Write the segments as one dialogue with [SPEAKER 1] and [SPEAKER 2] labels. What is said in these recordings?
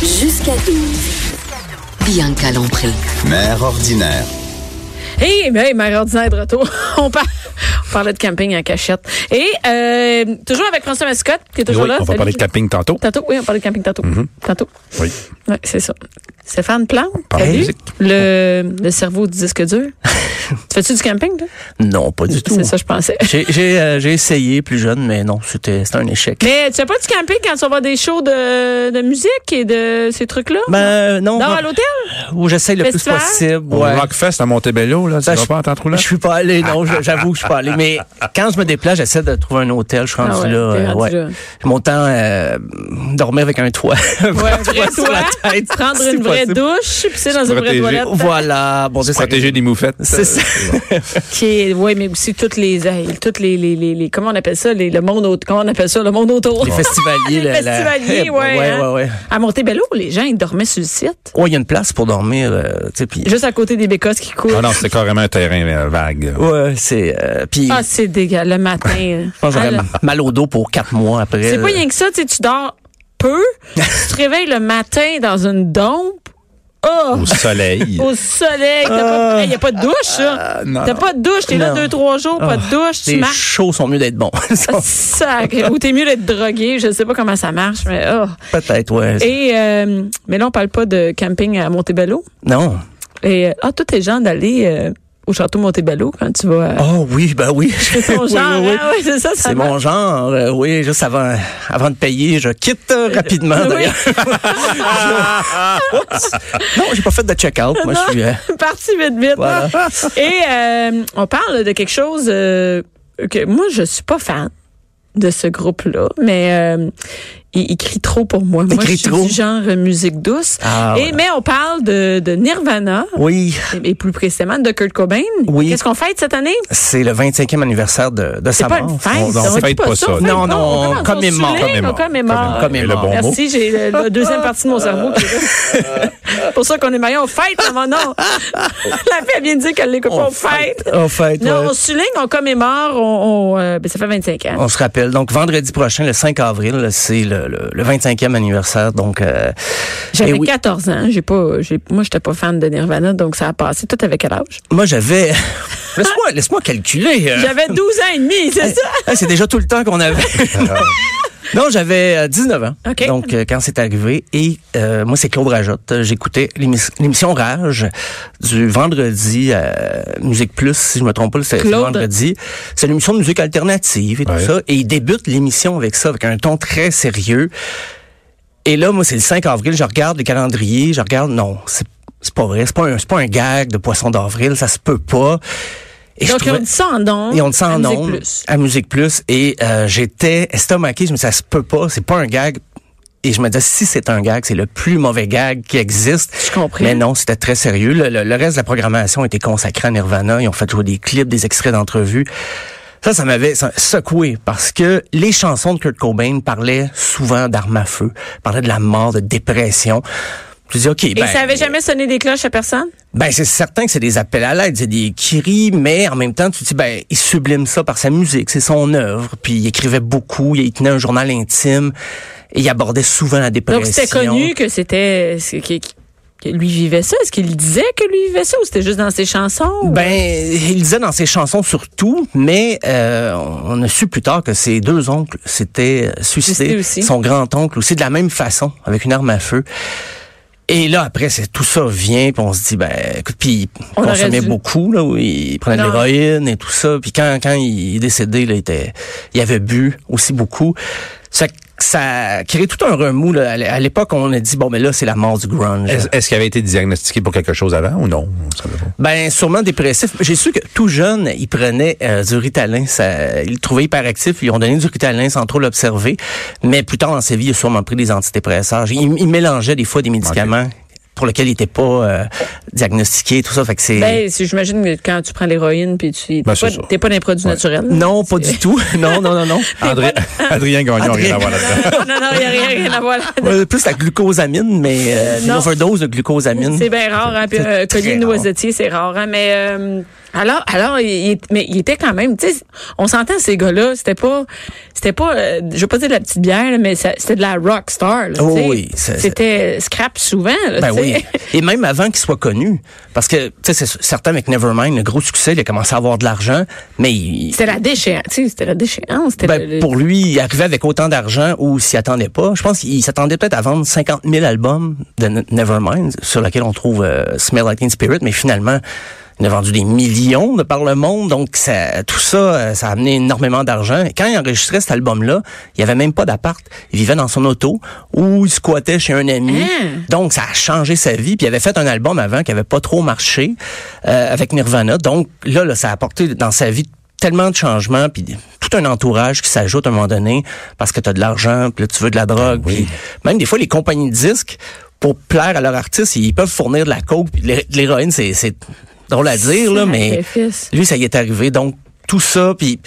[SPEAKER 1] Jusqu'à 12. Bien calompré.
[SPEAKER 2] Mère ordinaire.
[SPEAKER 3] Et ben, hey, mère ordinaire de retour. on, par- on parlait de camping en cachette. Et euh, toujours avec François Mascotte, qui est toujours
[SPEAKER 4] Oui,
[SPEAKER 3] là.
[SPEAKER 4] on va
[SPEAKER 3] Salut.
[SPEAKER 4] parler de camping tantôt.
[SPEAKER 3] Tantôt, oui, on parlait de camping tantôt. Tantôt.
[SPEAKER 4] Oui.
[SPEAKER 3] Oui, c'est ça. Stéphane Plante,
[SPEAKER 4] Parle
[SPEAKER 3] salut.
[SPEAKER 4] musique.
[SPEAKER 3] Le, le cerveau du disque dur. tu fais-tu du camping, toi?
[SPEAKER 5] Non, pas du tout.
[SPEAKER 3] C'est ça, je pensais.
[SPEAKER 5] J'ai j'ai, euh, j'ai essayé plus jeune, mais non, c'était c'était un échec.
[SPEAKER 3] Mais tu fais pas du camping quand tu vas voir des shows de, de musique et de ces trucs-là?
[SPEAKER 5] Ben non,
[SPEAKER 3] non,
[SPEAKER 5] moi,
[SPEAKER 3] à l'hôtel?
[SPEAKER 5] où j'essaye le plus
[SPEAKER 3] Festival?
[SPEAKER 5] possible.
[SPEAKER 4] Au
[SPEAKER 5] Ouais.
[SPEAKER 4] Rockfest à Montebello, là, tu
[SPEAKER 5] Ça,
[SPEAKER 4] vas pas en tant
[SPEAKER 5] Je suis pas allé, non, je- j'avoue que je suis pas allé. Mais quand je me déplace, j'essaie de trouver un hôtel. Je suis rendu
[SPEAKER 3] Ah ouais,
[SPEAKER 5] là.
[SPEAKER 3] t'es
[SPEAKER 5] euh,
[SPEAKER 3] rendu
[SPEAKER 5] ouais.
[SPEAKER 3] là.
[SPEAKER 5] Mon temps, euh, dormir avec un toit. un
[SPEAKER 3] Ouais, un
[SPEAKER 5] toit
[SPEAKER 3] vrai
[SPEAKER 5] sur la
[SPEAKER 3] toit,
[SPEAKER 5] tête,
[SPEAKER 3] prendre
[SPEAKER 5] si
[SPEAKER 3] une vraie
[SPEAKER 5] possible.
[SPEAKER 3] douche, puis c'est dans une vraie
[SPEAKER 4] protéger.
[SPEAKER 3] toilette.
[SPEAKER 5] Voilà. Bon, Dieu, ça-
[SPEAKER 4] Protéger des moufettes.
[SPEAKER 5] C'est ça.
[SPEAKER 3] Qui oui, mais aussi toutes les, euh, toutes les, les, les, les- comment on appelle ça, les, le monde autour, comment on appelle ça, le monde autour.
[SPEAKER 5] Les festivaliers.
[SPEAKER 3] Les
[SPEAKER 5] la- la-
[SPEAKER 3] festivaliers, ouais.
[SPEAKER 5] Ouais,
[SPEAKER 3] hein.
[SPEAKER 5] ouais, ouais.
[SPEAKER 3] À Montebello, les gens, ils dormaient sur le site,
[SPEAKER 5] Ouais, il y a une place pour dormir. euh, tu sais, puis-
[SPEAKER 3] juste à côté des bécosses qui coulent.
[SPEAKER 4] Ah non, c'est carrément un terrain euh, vague.
[SPEAKER 5] Ouais, c'est. euh, puis,
[SPEAKER 3] Ah, c'est dégueulasse, le matin.
[SPEAKER 5] je pense que
[SPEAKER 3] Ah,
[SPEAKER 5] j'aurais
[SPEAKER 3] le-
[SPEAKER 5] mal au dos pour quatre mois après.
[SPEAKER 3] C'est pas
[SPEAKER 5] là.
[SPEAKER 3] rien que ça, tu sais, tu dors peu, tu te réveilles le matin dans une dompe. Oh!
[SPEAKER 4] Au soleil.
[SPEAKER 3] Au soleil, il n'y a pas de douche, là.
[SPEAKER 4] non,
[SPEAKER 3] T'as
[SPEAKER 4] non.
[SPEAKER 3] pas de douche, t'es là
[SPEAKER 5] Ah. Non. Ah,
[SPEAKER 3] deux, trois jours, pas de douche, tu
[SPEAKER 5] Les
[SPEAKER 3] marches.
[SPEAKER 5] shows sont mieux d'être bons.
[SPEAKER 3] Ah, Sacré. Ou t'es mieux d'être drogué, je sais pas comment ça marche, mais oh.
[SPEAKER 5] Peut-être, ouais.
[SPEAKER 3] Et euh, mais là on parle pas de camping à Montebello.
[SPEAKER 5] Non.
[SPEAKER 3] Et euh, ah, toi t'es genre d'aller euh, au château Montebello quand tu vas. à-
[SPEAKER 5] Oh oui, ben oui.
[SPEAKER 3] C'est ton
[SPEAKER 5] Oui,
[SPEAKER 3] genre,
[SPEAKER 5] oui, oui.
[SPEAKER 3] hein? Ouais, c'est ça. ça
[SPEAKER 5] C'est
[SPEAKER 3] marche.
[SPEAKER 5] mon genre, euh, oui, juste avant, avant de payer, je quitte euh, rapidement
[SPEAKER 3] Oui.
[SPEAKER 5] d'ailleurs. Oups. non, j'ai pas fait de check-out, moi je suis... euh,
[SPEAKER 3] Parti vite vite.
[SPEAKER 5] Voilà.
[SPEAKER 3] Et euh, on parle de quelque chose euh, que moi je suis pas fan de ce groupe là, mais euh, il, il crie trop pour moi. moi
[SPEAKER 5] crie
[SPEAKER 3] je suis
[SPEAKER 5] trop?
[SPEAKER 3] du genre euh, musique douce.
[SPEAKER 5] Ah,
[SPEAKER 3] Et
[SPEAKER 5] voilà.
[SPEAKER 3] mais on parle de, de Nirvana.
[SPEAKER 5] Oui,
[SPEAKER 3] et et plus précisément de Kurt Cobain.
[SPEAKER 5] Oui.
[SPEAKER 3] Qu'est-ce qu'on fête cette année?
[SPEAKER 5] c'est le 25e anniversaire de, de
[SPEAKER 3] C'est
[SPEAKER 5] sa
[SPEAKER 3] pas
[SPEAKER 5] mort.
[SPEAKER 3] une fête.
[SPEAKER 4] non,
[SPEAKER 3] ça, on
[SPEAKER 4] fête
[SPEAKER 3] dit
[SPEAKER 4] pas ça.
[SPEAKER 3] on fait-
[SPEAKER 5] Non, non,
[SPEAKER 3] on
[SPEAKER 5] on
[SPEAKER 3] commence, on
[SPEAKER 5] commémore.
[SPEAKER 3] souligne, on commémore.
[SPEAKER 4] Et le bon mot.
[SPEAKER 3] Merci, j'ai le- la deuxième partie de mon cerveau. qui est là. C'est pour ça qu'on est mariés, on fête à mon nom. La fille vient de dire qu'elle l'écoute pas, on fête.
[SPEAKER 5] En fait,
[SPEAKER 3] Non,
[SPEAKER 5] ouais. Ah.
[SPEAKER 3] on souligne, on commémore, on, on, euh, ben, ça fait 25 ans.
[SPEAKER 5] On se rappelle. Donc, vendredi prochain, le 5 avril, c'est le, le, le 25e anniversaire. Donc, euh,
[SPEAKER 3] J'avais
[SPEAKER 5] eh oui.
[SPEAKER 3] 14 ans, j'ai pas, j'ai, moi j'étais pas fan de Nirvana, donc ça a passé. Tout avec quel âge?
[SPEAKER 5] moi, j'avais... laisse-moi laisse-moi calculer. euh.
[SPEAKER 3] J'avais 12 ans et demi, c'est ça?
[SPEAKER 5] Ah, c'est déjà tout le temps qu'on avait. Non, j'avais euh, 19 ans.
[SPEAKER 3] OK.
[SPEAKER 5] Donc, euh, quand c'est arrivé, et euh, moi, c'est Claude Rajotte. Euh, J'écoutais l'émis- l'émission Rage du vendredi à Musique Plus, si je me trompe pas, c'est c'est
[SPEAKER 3] Claude.
[SPEAKER 5] vendredi. C'est l'émission de musique alternative et
[SPEAKER 4] Ouais.
[SPEAKER 5] tout ça. Et il débute l'émission avec ça, avec un ton très sérieux. Et là, moi, c'est le 5 avril, je regarde le calendrier, je regarde, non, c'est c'est pas vrai, c'est pas, un- c'est pas un gag de Poisson d'avril, ça se peut pas. Et je
[SPEAKER 3] Donc
[SPEAKER 5] trouvais-
[SPEAKER 3] on dit ça en nom.
[SPEAKER 5] et on le sent
[SPEAKER 3] à
[SPEAKER 5] en
[SPEAKER 3] Musique
[SPEAKER 5] ondes,
[SPEAKER 3] Plus.
[SPEAKER 5] à Musique Plus. Et euh, j'étais estomaqué. Je me disais, ça se peut pas, c'est pas un gag. Et je me disais, si c'est un gag, c'est le plus mauvais gag qui existe.
[SPEAKER 3] Je comprends.
[SPEAKER 5] Mais non, c'était très sérieux. Le, le- le reste de la programmation était consacré à Nirvana. Ils ont fait jouer des clips, des extraits d'entrevues. Ça, ça m'avait ça- secoué parce que les chansons de Kurt Cobain parlaient souvent d'armes à feu, parlaient de la mort, de dépression. Je dis, OK,
[SPEAKER 3] Et
[SPEAKER 5] ben,
[SPEAKER 3] ça avait jamais sonné des cloches à personne?
[SPEAKER 5] ben, c'est certain que c'est des appels à l'aide, c'est des kiris, mais en même temps, tu te dis, ben, il sublime ça par sa musique, c'est son œuvre. Puis il écrivait beaucoup, il tenait un journal intime, et il abordait souvent la dépression.
[SPEAKER 3] Donc, c'était connu que c'était. c'est- que- que lui vivait ça. Est-ce qu'il disait que lui vivait ça ou c'était juste dans ses chansons?
[SPEAKER 5] Ben, il disait dans ses chansons surtout, mais euh, on a su plus tard que ses deux oncles s'étaient
[SPEAKER 3] Suicidés
[SPEAKER 5] suicidés,
[SPEAKER 3] aussi.
[SPEAKER 5] son grand-oncle aussi, de la même façon, avec une arme à feu. Et là, après, c'est tout ça vient, puis on se dit, ben, écoute, puis il
[SPEAKER 3] On aurait
[SPEAKER 5] consommait
[SPEAKER 3] dû.
[SPEAKER 5] beaucoup, là, où il prenait de
[SPEAKER 3] Non.
[SPEAKER 5] l'héroïne et tout ça, puis quand, quand il est décédé, là, il, était, il avait bu aussi beaucoup. Ça, ça a créé tout un remous, là. À l'époque, on a dit, bon, mais là, c'est la mort du grunge.
[SPEAKER 4] Est-ce est-ce qu'il avait été diagnostiqué pour quelque chose avant ou non? On savait pas.
[SPEAKER 5] Ben, sûrement dépressif. J'ai su que tout jeune, il prenait euh, du Ritalin. Ça, il le trouvait hyperactif. Ils lui ont donné du Ritalin sans trop l'observer. Mais plus tard dans sa vie, il a sûrement pris des antidépresseurs. Il, il mélangeait des fois des médicaments pour lesquels il n'était pas euh, diagnostiqué et tout ça. Fait que c'est...
[SPEAKER 3] Ben, si j'imagine que quand tu prends l'héroïne puis tu. T'es
[SPEAKER 4] Ben,
[SPEAKER 3] pas,
[SPEAKER 4] c'est ça.
[SPEAKER 3] t'es pas dans les produits naturels.
[SPEAKER 5] non, pas du tout. Non, non, non, non.
[SPEAKER 4] André- Adrien Gagnon, rien à voir là-dedans.
[SPEAKER 3] non, non, il n'y a rien, rien à voir là-dedans.
[SPEAKER 5] Ouais, Euh, plus la glucosamine, mais euh, une
[SPEAKER 3] Non.
[SPEAKER 5] overdose de glucosamine.
[SPEAKER 3] C'est bien rare, hein. Puis,
[SPEAKER 5] C'est
[SPEAKER 3] euh,
[SPEAKER 5] très
[SPEAKER 3] collier de
[SPEAKER 5] rare.
[SPEAKER 3] noisetier, c'est rare, hein. Mais, euh, Alors, alors, il, il- mais il était quand même, tu sais, on s'entend ces gars-là, c'était pas, c'était pas, euh, je veux pas dire de la petite bière, là, mais ça- c'était de la rock star. là,
[SPEAKER 5] Oh
[SPEAKER 3] tu sais.
[SPEAKER 5] oui, c'est-
[SPEAKER 3] c'était scrap souvent. là,
[SPEAKER 5] Ben
[SPEAKER 3] tu sais.
[SPEAKER 5] oui. Et même avant qu'il soit connu. Parce que, tu sais, c'est sûr- certain avec Nevermind, le gros succès, il a commencé à avoir de l'argent, mais il-
[SPEAKER 3] C'était la déchéance, tu sais, c'était la déchéance. c'était
[SPEAKER 5] ben,
[SPEAKER 3] le- le-
[SPEAKER 5] pour lui, il arrivait avec autant d'argent ou s'y attendait pas. Je pense qu'il s'attendait peut-être à vendre 50 000 albums de Ne- Nevermind, sur laquelle on trouve euh, Smell Like Teen Spirit, mais finalement, il a vendu des millions de par le monde. Donc, ça, tout ça, euh, ça a amené énormément d'argent. Et Quand il enregistrait cet album-là, il y avait même pas d'appart. Il vivait dans son auto ou il squattait chez un ami.
[SPEAKER 3] Hein?
[SPEAKER 5] Donc, ça a changé sa vie. Puis, il avait fait un album avant qui avait pas trop marché euh, avec Nirvana. Donc, là, là, ça a apporté dans sa vie tellement de changements, puis tout un entourage qui s'ajoute à un moment donné parce que tu as de l'argent, puis là, tu veux de la
[SPEAKER 3] Ben
[SPEAKER 5] drogue. puis Même des fois, les compagnies de disques, pour plaire à leurs artistes, ils peuvent fournir de la coke, puis de l'hé- de l'héroïne, c'est c'est drôle à dire, là, mais
[SPEAKER 3] Sacrifice.
[SPEAKER 5] lui, ça y est arrivé. Donc, tout ça, puis...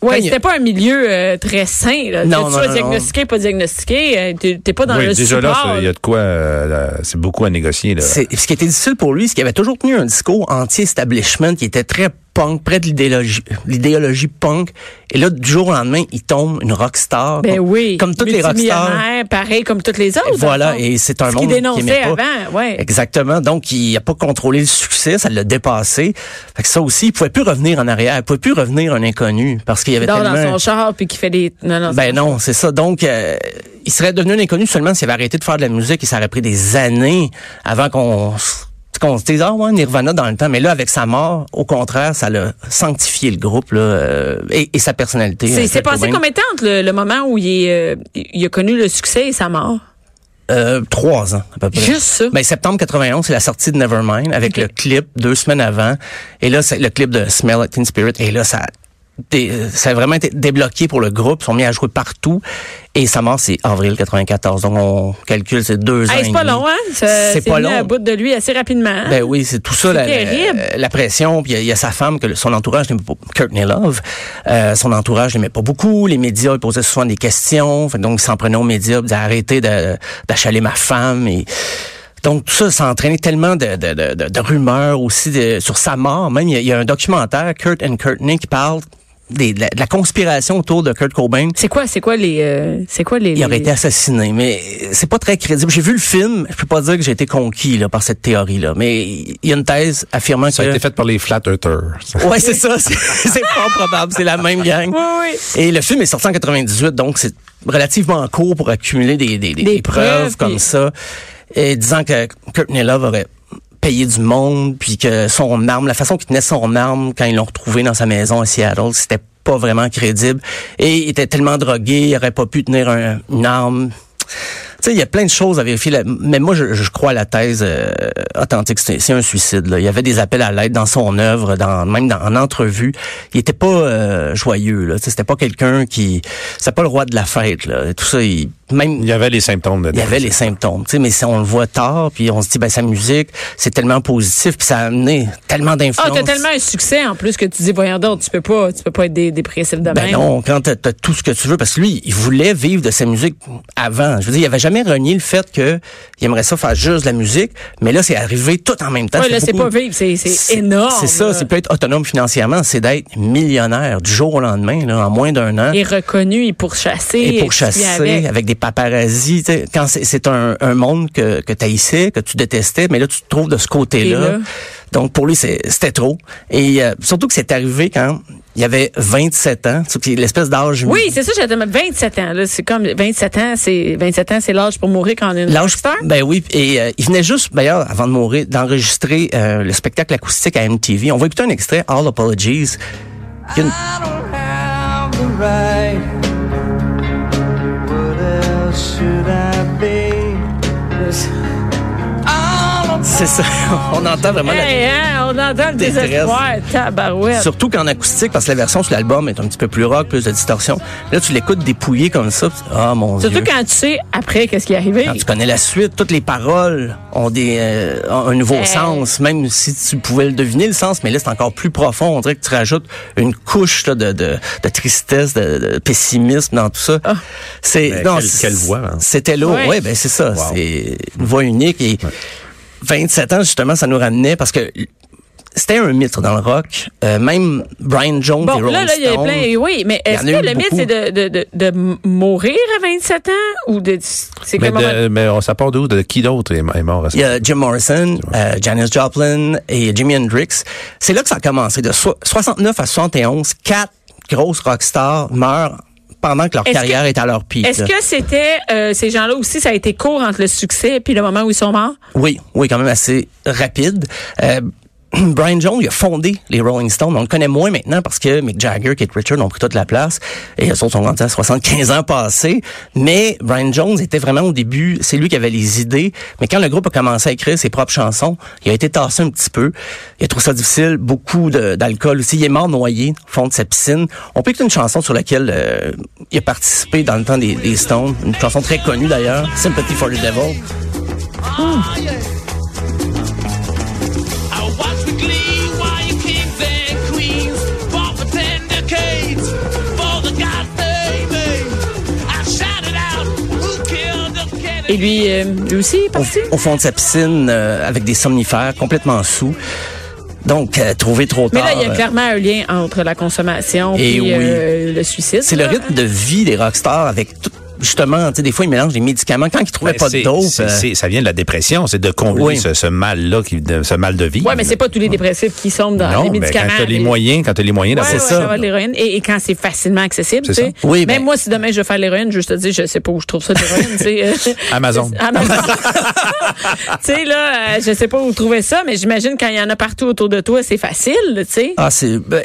[SPEAKER 5] quand
[SPEAKER 3] Ouais,
[SPEAKER 5] il-
[SPEAKER 3] c'était pas un milieu euh, très sain. Là.
[SPEAKER 5] Non,
[SPEAKER 3] tu
[SPEAKER 5] non,
[SPEAKER 3] vois,
[SPEAKER 5] non,
[SPEAKER 3] diagnostiqué, pas diagnostiqué, euh, t'es t'es pas dans le
[SPEAKER 4] oui, déjà là,
[SPEAKER 3] support.
[SPEAKER 4] c'est- il y a de quoi, euh, là, c'est beaucoup à négocier, là.
[SPEAKER 5] C'est- ce qui était difficile pour lui, c'est qu'il avait toujours tenu un discours anti-establishment qui était très punk, près de l'idéologie, l'idéologie punk. Et là, du jour au lendemain, il tombe une rockstar.
[SPEAKER 3] Ben oui.
[SPEAKER 5] Comme toutes les rockstars.
[SPEAKER 3] Multimillionnaire, pareil comme toutes les autres.
[SPEAKER 5] Et voilà,
[SPEAKER 3] dans le fond.
[SPEAKER 5] et c'est un
[SPEAKER 3] Ce
[SPEAKER 5] monde
[SPEAKER 3] qu'il
[SPEAKER 5] qui
[SPEAKER 3] dénonçait
[SPEAKER 5] aimait pas.
[SPEAKER 3] avant, ouais.
[SPEAKER 5] Exactement. Donc, il n'a pas contrôlé le succès, ça l'a dépassé. Fait que ça aussi, il pouvait plus revenir en arrière, il pouvait plus revenir un inconnu parce qu'il
[SPEAKER 3] Il
[SPEAKER 5] y avait
[SPEAKER 3] dort
[SPEAKER 5] tellement.
[SPEAKER 3] dans son char puis qui fait des. Non, non.
[SPEAKER 5] Ben non, c'est ça. Donc, euh, il serait devenu un inconnu seulement s'il avait arrêté de faire de la musique et ça aurait pris des années avant qu'on s- qu'on se dise ah ouais Nirvana dans le temps mais là avec sa mort au contraire ça l'a sanctifié le groupe là euh, et, et sa personnalité
[SPEAKER 3] c'est
[SPEAKER 5] euh,
[SPEAKER 3] c'est
[SPEAKER 5] Kurt
[SPEAKER 3] passé
[SPEAKER 5] Cobain.
[SPEAKER 3] combien de temps entre le, le moment où il, est, euh, il a connu le succès et sa mort?
[SPEAKER 5] Euh, trois ans, à peu près.
[SPEAKER 3] Juste ça?
[SPEAKER 5] Ben, septembre 91, c'est la sortie de Nevermind avec le clip deux semaines avant. Et là, c'est le clip de Smell It Teen Spirit. Et là, ça, a dé- euh, ça a vraiment été débloqué pour le groupe. Ils sont mis à jouer partout. Et sa mort, c'est avril 94. Donc, on calcule, c'est deux ans.
[SPEAKER 3] Hey,
[SPEAKER 5] et
[SPEAKER 3] c'est pas
[SPEAKER 5] demi.
[SPEAKER 3] long, hein? Ça-
[SPEAKER 5] C'est pas
[SPEAKER 3] venu à
[SPEAKER 5] long.
[SPEAKER 3] bout de lui assez rapidement. hein?
[SPEAKER 5] Ben oui, c'est tout ça,
[SPEAKER 3] C'est
[SPEAKER 5] la,
[SPEAKER 3] terrible.
[SPEAKER 5] la, la pression. Puis il y a- il y, a sa femme, que le- son entourage n'aimait pas, Courtney Love, euh, son entourage n'aimait pas beaucoup. Les médias, ils posaient souvent des questions. Fait que donc, ils s'en prenaient aux médias, ils disaient arrêtez de- d'achaler ma femme. Et donc, tout ça, ça entraînait tellement de, de, de, de- de rumeurs aussi de- sur sa mort. Même, il y, a- il y a un documentaire, Kurt and Courtney, qui parle des- de, la, de la conspiration autour de Kurt Cobain.
[SPEAKER 3] C'est quoi, c'est quoi les. euh, c'est quoi les.
[SPEAKER 5] Il aurait
[SPEAKER 3] les-
[SPEAKER 5] été assassiné, mais c'est pas très crédible. J'ai vu le film, je peux pas dire que j'ai été conquis là, par cette théorie-là, mais il y a une thèse affirmant
[SPEAKER 4] Ça a
[SPEAKER 5] que...
[SPEAKER 4] été fait par les Flat Earthers.
[SPEAKER 5] Ouais, c'est ça. C'est c'est fort probable. C'est la même gang.
[SPEAKER 3] Oui, oui.
[SPEAKER 5] Et le film est sorti en 98, donc c'est relativement court pour accumuler des, des, des-
[SPEAKER 3] Des
[SPEAKER 5] des preuves
[SPEAKER 3] preuves,
[SPEAKER 5] comme
[SPEAKER 3] puis-
[SPEAKER 5] ça. Et disant que Courtney Love aurait payé du monde, puis que son arme, la façon qu'il tenait son arme quand ils l'ont retrouvé dans sa maison à Seattle, c'était pas vraiment crédible. Et il était tellement drogué, il aurait pas pu tenir un- une arme. Tu sais, il y a plein de choses à vérifier. là. Mais moi, je, je crois à la thèse euh, authentique. C'est c'est un suicide. là. Il y avait des appels à l'aide dans son œuvre, dans, même dans, en entrevue. Il était pas euh, joyeux. Là. Tu sais, C'était pas quelqu'un qui... C'était pas le roi de la fête. Là. Tout ça, il, même...
[SPEAKER 4] Il y avait les symptômes de
[SPEAKER 5] Il y avait les symptômes, tu sais, mais si on le voit tard, puis on se dit, ben sa musique, c'est tellement positif, puis ça a amené tellement
[SPEAKER 3] Ah,
[SPEAKER 5] d'influence.
[SPEAKER 3] t'as tellement un succès en plus que tu dis, voyons donc, tu peux pas, tu peux pas être dé- dépressif de
[SPEAKER 5] Ben
[SPEAKER 3] même.
[SPEAKER 5] non, quand t'as t'as tout ce que tu veux, parce que lui, il voulait vivre de sa musique avant. Je veux dire, il avait jamais renié le fait que il aimerait ça faire juste de la musique, mais là, c'est arrivé tout en même temps.
[SPEAKER 3] Ouais, là, c'est
[SPEAKER 5] beaucoup-
[SPEAKER 3] pas vivre, c'est- c'est énorme,
[SPEAKER 5] C'est ça,
[SPEAKER 3] là.
[SPEAKER 5] c'est peut être autonome financièrement, c'est d'être millionnaire du jour au lendemain, là, en moins d'un an.
[SPEAKER 3] Il est reconnu, il est pourchassé.
[SPEAKER 5] Et pour
[SPEAKER 3] tu vis
[SPEAKER 5] chasser
[SPEAKER 3] avec.
[SPEAKER 5] avec. des paparazzis, tu sais, quand c'est- c'est un, un monde que, que tu haïssais, que tu détestais, mais là tu te trouves de ce
[SPEAKER 3] Et
[SPEAKER 5] côté-là.
[SPEAKER 3] là.
[SPEAKER 5] Donc pour lui c'est- c'était trop. Et euh, surtout que c'est arrivé quand il avait 27 ans, tu sais, puis l'espèce d'âge
[SPEAKER 3] Oui, c'est ça, j'avais 27 ans. Là, c'est comme 27 ans, c'est 27 ans, c'est l'âge pour mourir quand on est une
[SPEAKER 5] L'âge,
[SPEAKER 3] rockstar.
[SPEAKER 5] ben oui, et euh, il venait juste, d'ailleurs, avant de mourir, d'enregistrer euh, le spectacle acoustique à MTV. On va écouter un extrait, All Apologies. Il y a une-
[SPEAKER 2] I don't have the right. What else should I be? This all
[SPEAKER 5] C'est ça, on entend vraiment ben, la...
[SPEAKER 3] Hey, hein, on entend le
[SPEAKER 5] Détresse.
[SPEAKER 3] désespoir, tabarouette.
[SPEAKER 5] Surtout qu'en acoustique, parce que la version sur l'album est un petit peu plus rock, plus de distorsion. Là, tu l'écoutes dépouillé comme ça. puis- Ah, mon
[SPEAKER 3] Surtout
[SPEAKER 5] Dieu.
[SPEAKER 3] quand tu sais après qu'est-ce qui est arrivé.
[SPEAKER 5] Quand tu connais la suite, toutes les paroles ont des euh, ont un nouveau
[SPEAKER 3] Hey.
[SPEAKER 5] sens, même si tu pouvais le deviner le sens, mais là c'est encore plus profond. On dirait que tu rajoutes une couche là, de, de, de tristesse, de, de pessimisme dans tout ça. C'est
[SPEAKER 4] Mais quelle-
[SPEAKER 5] c'est-
[SPEAKER 4] quelle voix, hein?
[SPEAKER 5] C'était lourd.
[SPEAKER 3] Ah. Ouais.
[SPEAKER 5] Ouais, ben c'est ça.
[SPEAKER 4] Wow.
[SPEAKER 5] C'est une voix unique et 27 ans justement, ça nous ramenait parce que c'était un mythe dans le rock. Euh, même Brian Jones des
[SPEAKER 3] Bon,
[SPEAKER 5] Rolling
[SPEAKER 3] là, là, il y a
[SPEAKER 5] Stones,
[SPEAKER 3] plein. Oui, mais
[SPEAKER 5] Il y en
[SPEAKER 3] est-ce
[SPEAKER 5] a eu
[SPEAKER 3] que le mythe,
[SPEAKER 5] beaucoup.
[SPEAKER 3] c'est de, de, de, de m- mourir à 27 ans ou de. C'est
[SPEAKER 4] Mais,
[SPEAKER 3] comme. un-
[SPEAKER 4] de- mais on- ça part d'où? De qui d'autre est est mort à
[SPEAKER 5] Il y a Jim Morrison, euh, Janis Joplin et Jimi Hendrix. C'est là que ça a commencé. De so- 69 à 71, quatre grosses rockstars meurent pendant que leur
[SPEAKER 3] Est-ce
[SPEAKER 5] carrière est à leur pic.
[SPEAKER 3] Est-ce
[SPEAKER 5] là.
[SPEAKER 3] que c'était. euh, ces gens-là aussi, ça a été court entre le succès et le moment où ils sont morts?
[SPEAKER 5] Oui, oui, quand même assez rapide. Euh, Brian Jones, il a fondé les Rolling Stones. On le connaît moins maintenant parce que Mick Jagger, Kate Richards ont pris toute la place. Et eux autres sont rendus à 75 ans passés. Mais Brian Jones était vraiment au début, c'est lui qui avait les idées. Mais quand le groupe a commencé à écrire ses propres chansons, il a été tassé un petit peu. Il a trouvé ça difficile, beaucoup de- d'alcool aussi. Il est mort noyé au fond de sa piscine. On peut écouter une chanson sur laquelle euh, il a participé dans le temps des, des Stones. Une chanson très connue d'ailleurs, Sympathy for the Devil.
[SPEAKER 6] Ah, I watch with glee while you kings and queens fall for ten decades for the God they made. I shouted out, who killed the Kennedy?
[SPEAKER 3] Et lui, euh, lui aussi, il est parti?
[SPEAKER 5] au, au fond de sa piscine euh, avec des somnifères, complètement sous. Donc, euh, trouvé trop
[SPEAKER 3] Mais
[SPEAKER 5] tard.
[SPEAKER 3] là, il y a
[SPEAKER 5] euh,
[SPEAKER 3] clairement un lien entre la consommation
[SPEAKER 5] Et
[SPEAKER 3] puis
[SPEAKER 5] Eh oui.
[SPEAKER 3] euh, le suicide.
[SPEAKER 5] c'est le
[SPEAKER 3] là.
[SPEAKER 5] rythme de vie des rockstars avec tout, justement, tu sais, des fois, ils mélangent des médicaments quand ils trouvaient
[SPEAKER 4] Ben,
[SPEAKER 5] pas
[SPEAKER 4] c'est-
[SPEAKER 5] de dope.
[SPEAKER 4] c'est-
[SPEAKER 5] euh,
[SPEAKER 4] c'est- ça vient de la dépression, c'est de combler
[SPEAKER 5] Oui.
[SPEAKER 4] ce, ce mal-là, qui- de- ce mal de vie.
[SPEAKER 3] Ouais, mais c'est pas tous les dépressifs qui sont dans
[SPEAKER 4] non,
[SPEAKER 3] les
[SPEAKER 5] ben,
[SPEAKER 4] mais
[SPEAKER 3] médicaments.
[SPEAKER 4] quand t'as les
[SPEAKER 3] les-
[SPEAKER 4] moyens, quand t'as les moyens
[SPEAKER 3] Ouais,
[SPEAKER 4] d'avoir
[SPEAKER 3] ouais,
[SPEAKER 5] ça.
[SPEAKER 3] d'avoir de l'héroïne. Et, et quand c'est facilement accessible, tu
[SPEAKER 4] C'est
[SPEAKER 3] sais.
[SPEAKER 4] ça.
[SPEAKER 5] Oui,
[SPEAKER 3] Même
[SPEAKER 5] ben-
[SPEAKER 3] moi, si demain je veux faire l'héroïne, je te dis, je sais pas où je trouve ça de l'héroïne, tu sais. euh,
[SPEAKER 4] Amazon.
[SPEAKER 3] Amazon. tu sais, là, euh, je sais pas où trouver ça, mais j'imagine quand il y en a partout autour de toi, c'est facile, tu sais.
[SPEAKER 5] Ah, c'est. ben,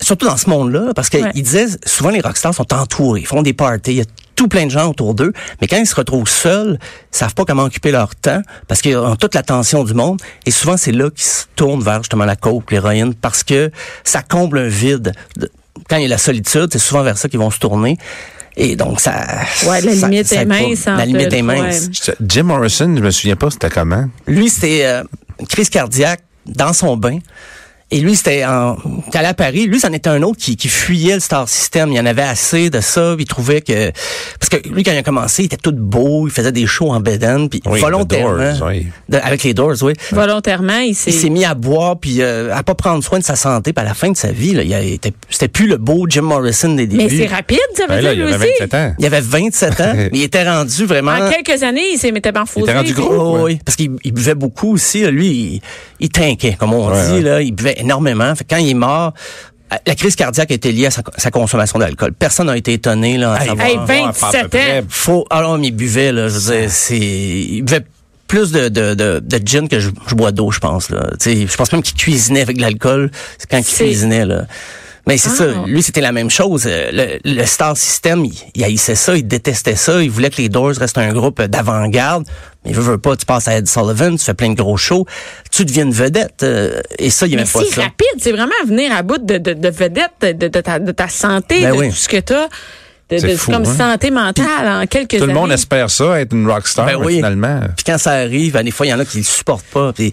[SPEAKER 5] surtout dans ce monde-là, parce qu'ils
[SPEAKER 3] Ouais.
[SPEAKER 5] disaient souvent les rockstars sont entourés, ils font des parties, il y a tout plein de gens autour d'eux, mais quand ils se retrouvent seuls, ils savent pas comment occuper leur temps parce qu'ils ont toute l'attention du monde et souvent c'est là qu'ils se tournent vers justement la coke, l'héroïne parce que ça comble un vide. De- Quand il y a la solitude, c'est souvent vers ça qu'ils vont se tourner. Et donc ça
[SPEAKER 3] Ouais, la
[SPEAKER 5] ça-
[SPEAKER 3] limite
[SPEAKER 5] ça
[SPEAKER 3] est
[SPEAKER 5] aide pas.
[SPEAKER 3] mince
[SPEAKER 5] La
[SPEAKER 3] entre-
[SPEAKER 5] limite est mince.
[SPEAKER 3] ouais.
[SPEAKER 4] Je- Jim Morrison, je me souviens pas, c'était comment?
[SPEAKER 5] Lui, c'était euh, une crise cardiaque dans son bain. Et lui, c'était en il allait à Paris. Lui, c'en était un autre qui, qui fuyait le star system. Il en avait assez de ça. Il trouvait que parce que lui, quand il a commencé, il était tout beau. Il faisait des shows en bedaine, puis
[SPEAKER 4] Oui,
[SPEAKER 5] volontairement,
[SPEAKER 4] The Doors, oui.
[SPEAKER 5] de- avec les Doors, oui.
[SPEAKER 3] Volontairement, il
[SPEAKER 5] Il s'est
[SPEAKER 3] s'est.
[SPEAKER 5] mis à boire puis euh, à pas prendre soin de sa santé. Puis à la fin de sa vie, là, il a- il était- c'était plus le beau Jim Morrison des débuts.
[SPEAKER 3] Mais c'est rapide, ça veut
[SPEAKER 4] Ben là,
[SPEAKER 3] dire,
[SPEAKER 4] il
[SPEAKER 3] lui
[SPEAKER 4] avait
[SPEAKER 3] aussi.
[SPEAKER 4] 27 ans.
[SPEAKER 5] Il avait 27 ans, mais il était rendu vraiment.
[SPEAKER 3] En quelques années, il s'est métamorphosé.
[SPEAKER 4] Il était rendu
[SPEAKER 3] puis-
[SPEAKER 4] gros.
[SPEAKER 5] Oh,
[SPEAKER 4] Ouais.
[SPEAKER 5] oui, parce qu'il il buvait beaucoup aussi. là. Lui, il, il tinquait, comme on
[SPEAKER 4] Ouais,
[SPEAKER 5] dit.
[SPEAKER 4] ouais.
[SPEAKER 5] Là, il buvait énormément. Fait que quand il est mort, euh, la crise cardiaque était liée à sa, sa consommation d'alcool. Personne n'a été étonné. Là, à savoir.
[SPEAKER 3] hey,
[SPEAKER 4] Ouais,
[SPEAKER 3] 27
[SPEAKER 4] à peu près.
[SPEAKER 3] ans.
[SPEAKER 5] Faut, ah non, mais il buvait. Là, je veux dire, c'est, il buvait plus de, de, de, de gin que je, je bois d'eau, je pense. Là. Tu sais, Je pense même qu'il cuisinait avec de l'alcool c'est quand il
[SPEAKER 3] C'est-
[SPEAKER 5] cuisinait. Là. Mais c'est
[SPEAKER 3] Ah.
[SPEAKER 5] ça, lui c'était la même chose. Euh, Le, le star system, il, il haïssait ça, il détestait ça, il voulait que les Doors restent un groupe euh, d'avant-garde. Mais veut, veut pas, tu passes à Ed Sullivan, tu fais plein de gros shows, tu deviens une vedette. euh, et ça, il
[SPEAKER 3] Mais
[SPEAKER 5] aimait pas
[SPEAKER 3] c'est
[SPEAKER 5] ça.
[SPEAKER 3] rapide, c'est vraiment à venir à bout de, de, de vedette, de, de, ta, de ta santé,
[SPEAKER 5] Ben
[SPEAKER 3] de
[SPEAKER 5] oui.
[SPEAKER 3] tout ce que t'as, de,
[SPEAKER 4] C'est
[SPEAKER 3] de-
[SPEAKER 4] fou,
[SPEAKER 3] comme
[SPEAKER 4] hein?
[SPEAKER 3] santé mentale en quelques
[SPEAKER 4] Tout le
[SPEAKER 3] années.
[SPEAKER 4] monde espère ça, être une rockstar,
[SPEAKER 5] Ben
[SPEAKER 4] mais
[SPEAKER 5] oui.
[SPEAKER 4] finalement.
[SPEAKER 5] Puis quand ça arrive, ben, des fois, il y en a qui le supportent pas. Puis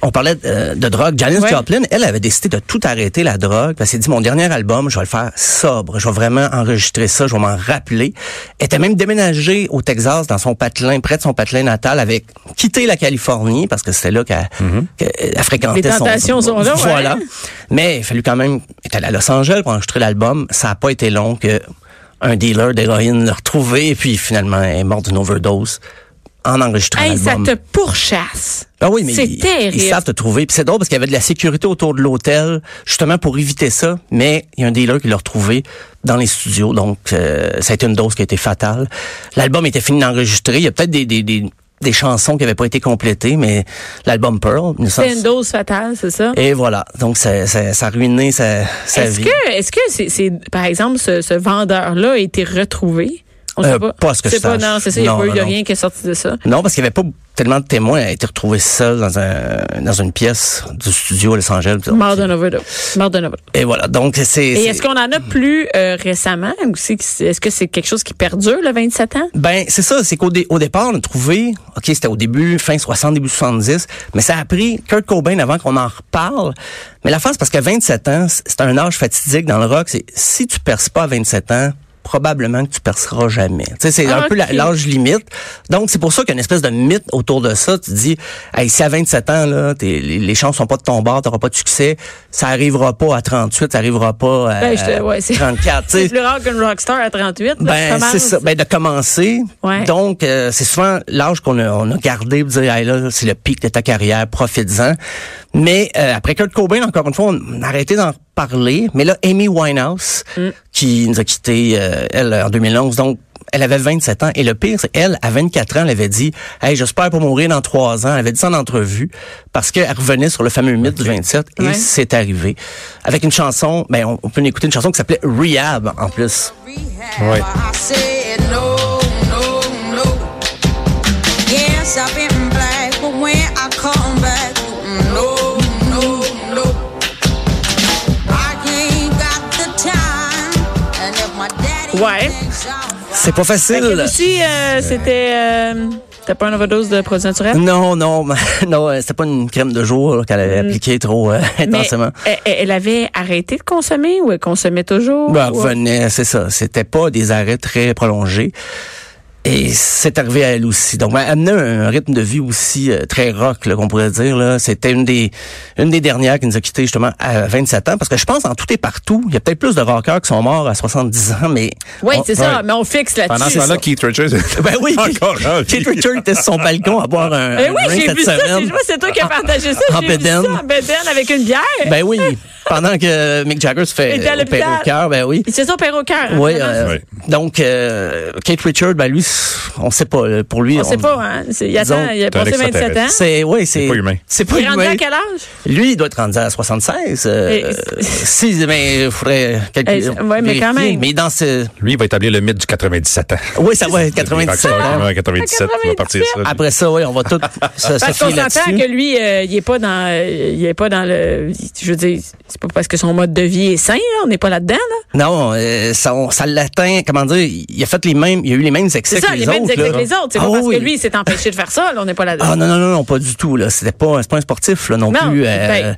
[SPEAKER 5] on parlait euh, de drogue. Janis
[SPEAKER 3] Ouais.
[SPEAKER 5] Joplin, elle avait décidé de tout arrêter la drogue. Elle s'est dit, mon dernier album, je vais le faire sobre. Je vais vraiment enregistrer ça. Je vais m'en rappeler. Elle était même déménagée au Texas, dans son patelin, près de son patelin natal, avec quitté la Californie parce que c'était là qu'elle qu'elle fréquentait
[SPEAKER 3] Les
[SPEAKER 5] son-
[SPEAKER 3] tentations sont là, ouais.
[SPEAKER 5] Voilà. Mais il a fallu quand même être allé à Los Angeles pour enregistrer l'album. Ça n'a pas été long que un dealer d'héroïne l'a retrouvé et puis finalement elle est mort d'une overdose en enregistrant
[SPEAKER 3] Hey, ça
[SPEAKER 5] l'album.
[SPEAKER 3] te pourchasse.
[SPEAKER 5] Ah oui, mais
[SPEAKER 3] c'est
[SPEAKER 5] ils,
[SPEAKER 3] terrible.
[SPEAKER 5] ils savent te trouver. Puis c'est drôle parce qu'il y avait de la sécurité autour de l'hôtel, justement pour éviter ça. Mais il y a un dealer qui l'a retrouvé dans les studios. Donc, euh, ça a été une dose qui a été fatale. L'album était fini d'enregistrer. Il y a peut-être des, des, des, des chansons qui n'avaient pas été complétées, mais l'album Pearl...
[SPEAKER 3] C'est une dose fatale, c'est ça?
[SPEAKER 5] Et voilà. Donc, ça, ça, ça a ruiné sa, sa
[SPEAKER 3] Est-ce
[SPEAKER 5] vie.
[SPEAKER 3] que, est-ce que c'est, c'est- par exemple, ce, ce vendeur-là a été retrouvé? On
[SPEAKER 5] Euh, pas à ce que
[SPEAKER 3] C'est
[SPEAKER 5] je
[SPEAKER 3] pas,
[SPEAKER 5] sache.
[SPEAKER 3] non, c'est ça, il n'y a
[SPEAKER 5] Non,
[SPEAKER 3] pas eu
[SPEAKER 5] non,
[SPEAKER 3] de
[SPEAKER 5] non.
[SPEAKER 3] rien qui est sorti de ça.
[SPEAKER 5] Non, parce qu'il n'y avait pas tellement de témoins. Elle a été retrouvée seule dans, un, dans une pièce du studio à Los Angeles.
[SPEAKER 3] Mort d'un overdose. Mort d'un overdose.
[SPEAKER 5] Et voilà. Donc, c'est...
[SPEAKER 3] Et
[SPEAKER 5] c'est- Mhm.
[SPEAKER 3] est-ce qu'on en a plus euh, récemment aussi? Est-ce que c'est quelque chose qui perdure, le 27 ans?
[SPEAKER 5] Ben, c'est ça, c'est qu'au dé- au départ, on a trouvé, OK, c'était au début, fin 60, début 70, mais ça a pris Kurt Cobain avant qu'on en reparle. Mais la face, parce qu'à 27 ans, c- c'est un âge fatidique dans le rock, c'est si tu perces pas à 27 ans, probablement que tu perceras jamais. Tu sais, c'est
[SPEAKER 3] Ah,
[SPEAKER 5] un peu la-
[SPEAKER 3] ok.
[SPEAKER 5] l'âge limite. Donc, c'est pour ça qu'il y a une espèce de mythe autour de ça. Tu dis, hey, si à 27 ans, là, t'es- les, les chances sont pas de ton bord, t'auras pas de succès, ça arrivera pas à 38, ça arrivera pas à
[SPEAKER 3] Ben, je te- ouais, c'est-
[SPEAKER 5] 34. tu
[SPEAKER 3] C'est
[SPEAKER 5] sais.
[SPEAKER 3] plus rare qu'une rockstar à 38. là, tu
[SPEAKER 5] Ben,
[SPEAKER 3] commences.
[SPEAKER 5] c'est ça. Ben, de commencer.
[SPEAKER 3] Ouais.
[SPEAKER 5] Donc, euh, c'est souvent l'âge qu'on a, on a gardé pour dire, hey, là, c'est le pic de ta carrière, profites-en. Mais euh, après Kurt Cobain, encore une fois, on a arrêté d'en parler. Mais là, Amy Winehouse,
[SPEAKER 3] Mm.
[SPEAKER 5] qui nous a quittés, euh, elle, en 2011, donc, elle avait 27 ans. Et le pire, c'est elle, à 24 ans, elle avait dit, hey, j'espère pas mourir dans trois ans. Elle avait dit ça en entrevue parce qu'elle revenait sur le fameux mythe du 27 et
[SPEAKER 3] Ouais.
[SPEAKER 5] c'est arrivé. Avec une chanson, ben, on, on peut écouter une chanson qui s'appelait Rehab, en plus.
[SPEAKER 4] Ouais.
[SPEAKER 7] I said no, no, no. Yes, I've been black, but when I come back, no, no, no. I ain't got the time, and if my daddy
[SPEAKER 3] Ouais.
[SPEAKER 7] thinks I'm
[SPEAKER 5] C'est pas
[SPEAKER 3] Fait
[SPEAKER 5] facile.
[SPEAKER 3] que Lucie, euh, c'était... euh, T'as pas une overdose de produits naturels?
[SPEAKER 5] Non, non, non, euh, c'était pas une crème de jour là, qu'elle avait appliquée trop euh,
[SPEAKER 3] Mm. Mais
[SPEAKER 5] intensément.
[SPEAKER 3] elle, elle- elle avait arrêté de consommer ou elle consommait toujours?
[SPEAKER 5] Ben,
[SPEAKER 3] Ou-
[SPEAKER 5] revenait, c'est ça. C'était pas des arrêts très prolongés. Et c'est arrivé à elle aussi. Donc, ben, elle amenait un, un rythme de vie aussi euh, très rock, là, qu'on pourrait dire. Là. C'était une des une des dernières qui nous a quittés justement à 27 ans. Parce que je pense en tout et partout, il y a peut-être plus de rockers qui sont morts à 70 ans, mais...
[SPEAKER 3] Oui,
[SPEAKER 5] on-
[SPEAKER 3] c'est ça,
[SPEAKER 4] ouais.
[SPEAKER 3] mais on fixe
[SPEAKER 4] Pendant ce
[SPEAKER 3] là-dessus.
[SPEAKER 4] temps-là, Keith Richards.
[SPEAKER 5] Ben oui,
[SPEAKER 4] encore en vie.
[SPEAKER 5] Keith Richards était sur son balcon à boire un,
[SPEAKER 3] Eh
[SPEAKER 5] un
[SPEAKER 3] oui,
[SPEAKER 5] vin
[SPEAKER 3] j'ai
[SPEAKER 5] cette
[SPEAKER 3] vu ça.
[SPEAKER 5] semaine.
[SPEAKER 3] C'est, moi, c'est toi qui as partagé ça.
[SPEAKER 5] en
[SPEAKER 3] j'ai vu ça
[SPEAKER 5] bedaine.
[SPEAKER 3] en bedaine avec une bière.
[SPEAKER 5] Ben oui, pendant que Mick Jagger se fait
[SPEAKER 3] Il était à
[SPEAKER 5] opérer
[SPEAKER 3] l'hôpital.
[SPEAKER 5] au cœur, ben oui.
[SPEAKER 3] Il se sont opérés au cœur. hein,
[SPEAKER 5] Oui,
[SPEAKER 3] finalement.
[SPEAKER 5] euh,
[SPEAKER 4] Oui.
[SPEAKER 5] donc euh, Kate Richard, ben lui, on sait pas. là, Pour lui,
[SPEAKER 3] on sait pas. Hein. C'est- il, attend,
[SPEAKER 5] disons,
[SPEAKER 3] il a
[SPEAKER 4] t'as un
[SPEAKER 3] passé 27 ans.
[SPEAKER 5] C'est ouais, c'est
[SPEAKER 4] pas humain.
[SPEAKER 5] C'est pas
[SPEAKER 3] Il est rendu
[SPEAKER 5] humain.
[SPEAKER 3] à quel âge?
[SPEAKER 5] Lui, il doit être rendu à 76.
[SPEAKER 3] Et-
[SPEAKER 5] Euh, si, mais il faudrait calculer.
[SPEAKER 3] Eh, ouais, mais quand
[SPEAKER 5] vérifier.
[SPEAKER 3] même.
[SPEAKER 5] Mais dans ce,
[SPEAKER 4] Lui, il va établir le mythe du 97 ans.
[SPEAKER 5] oui, ça va être 97 ans.
[SPEAKER 4] 97, il va partir ça. lui.
[SPEAKER 5] Après ça, oui, on va tout se, se
[SPEAKER 3] Parce qu'on
[SPEAKER 5] fier
[SPEAKER 3] s'entend
[SPEAKER 5] là-dessus.
[SPEAKER 3] que lui, euh, il est pas dans, euh, il est pas dans le, je veux dire, c'est pas parce que son mode de vie est sain, là, on n'est pas là-dedans. Là.
[SPEAKER 5] Non, euh, ça, on- ça l'atteint. Comment dire Il a fait les mêmes. Il a eu les mêmes excès
[SPEAKER 3] C'est ça,
[SPEAKER 5] que les,
[SPEAKER 3] les mêmes
[SPEAKER 5] autres.
[SPEAKER 3] excès
[SPEAKER 5] là.
[SPEAKER 3] que les autres. C'est
[SPEAKER 5] Ah
[SPEAKER 3] pas parce
[SPEAKER 5] oui.
[SPEAKER 3] que lui, il s'est empêché de faire ça, là, on n'est pas là-dedans.
[SPEAKER 5] Ah non, non, non, non, pas du tout. Là. C'était pas, c'est pas un sportif là, non,
[SPEAKER 3] Non,
[SPEAKER 5] plus. euh,
[SPEAKER 3] ben,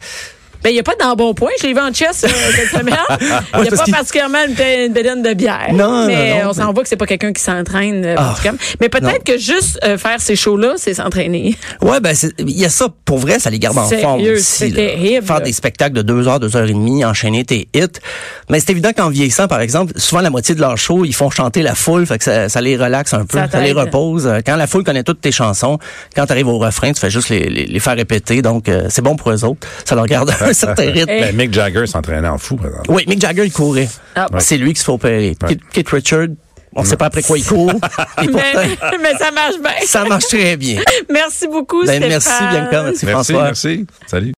[SPEAKER 3] ben, il n'y a pas dans bon point. Je l'ai vu en chess euh, cette semaine. Il n'y a
[SPEAKER 5] parce
[SPEAKER 3] pas
[SPEAKER 5] qu'il-
[SPEAKER 3] particulièrement une, be- une bedaine de bière.
[SPEAKER 5] Non,
[SPEAKER 3] mais
[SPEAKER 5] non, non,
[SPEAKER 3] on s'en voit que c'est pas quelqu'un qui s'entraîne euh,
[SPEAKER 5] Ah,
[SPEAKER 3] particulièrement. Mais peut-être que juste euh, faire ces shows-là, c'est s'entraîner.
[SPEAKER 5] Ouais, ben c'est- il y a ça pour vrai, ça les garde en
[SPEAKER 3] Sérieux,
[SPEAKER 5] forme
[SPEAKER 3] c'est
[SPEAKER 5] aussi. là.
[SPEAKER 3] terrible.
[SPEAKER 5] Faire des spectacles de deux heures, deux heures et demie, enchaîner tes hits. Mais c'est évident qu'en vieillissant, par exemple, souvent la moitié de leur show, ils font chanter la foule, fait que ça, ça les relaxe un peu,
[SPEAKER 3] Ça
[SPEAKER 5] ça, les
[SPEAKER 3] t'aide.
[SPEAKER 5] repose. Euh, Quand la foule connaît toutes tes chansons, quand tu arrives au refrain, tu fais juste les, les, les faire répéter. Donc euh, c'est bon pour eux autres. Ça leur garde un certain rythme.
[SPEAKER 4] Ben, Mick Jagger s'entraînait en fou, par exemple.
[SPEAKER 5] Oui, Mick Jagger, il courait.
[SPEAKER 3] Ah, bon.
[SPEAKER 5] C'est lui qui se fait opérer.
[SPEAKER 4] Ouais.
[SPEAKER 5] Kate- Kate Richard, on sait pas après quoi il court. et pourtant,
[SPEAKER 3] mais, mais ça marche bien.
[SPEAKER 5] ça marche très bien.
[SPEAKER 3] Merci beaucoup,
[SPEAKER 5] Ben, merci,
[SPEAKER 3] Stéphane.
[SPEAKER 5] Bianca. Merci,
[SPEAKER 4] Merci,
[SPEAKER 5] François.
[SPEAKER 4] merci. Salut.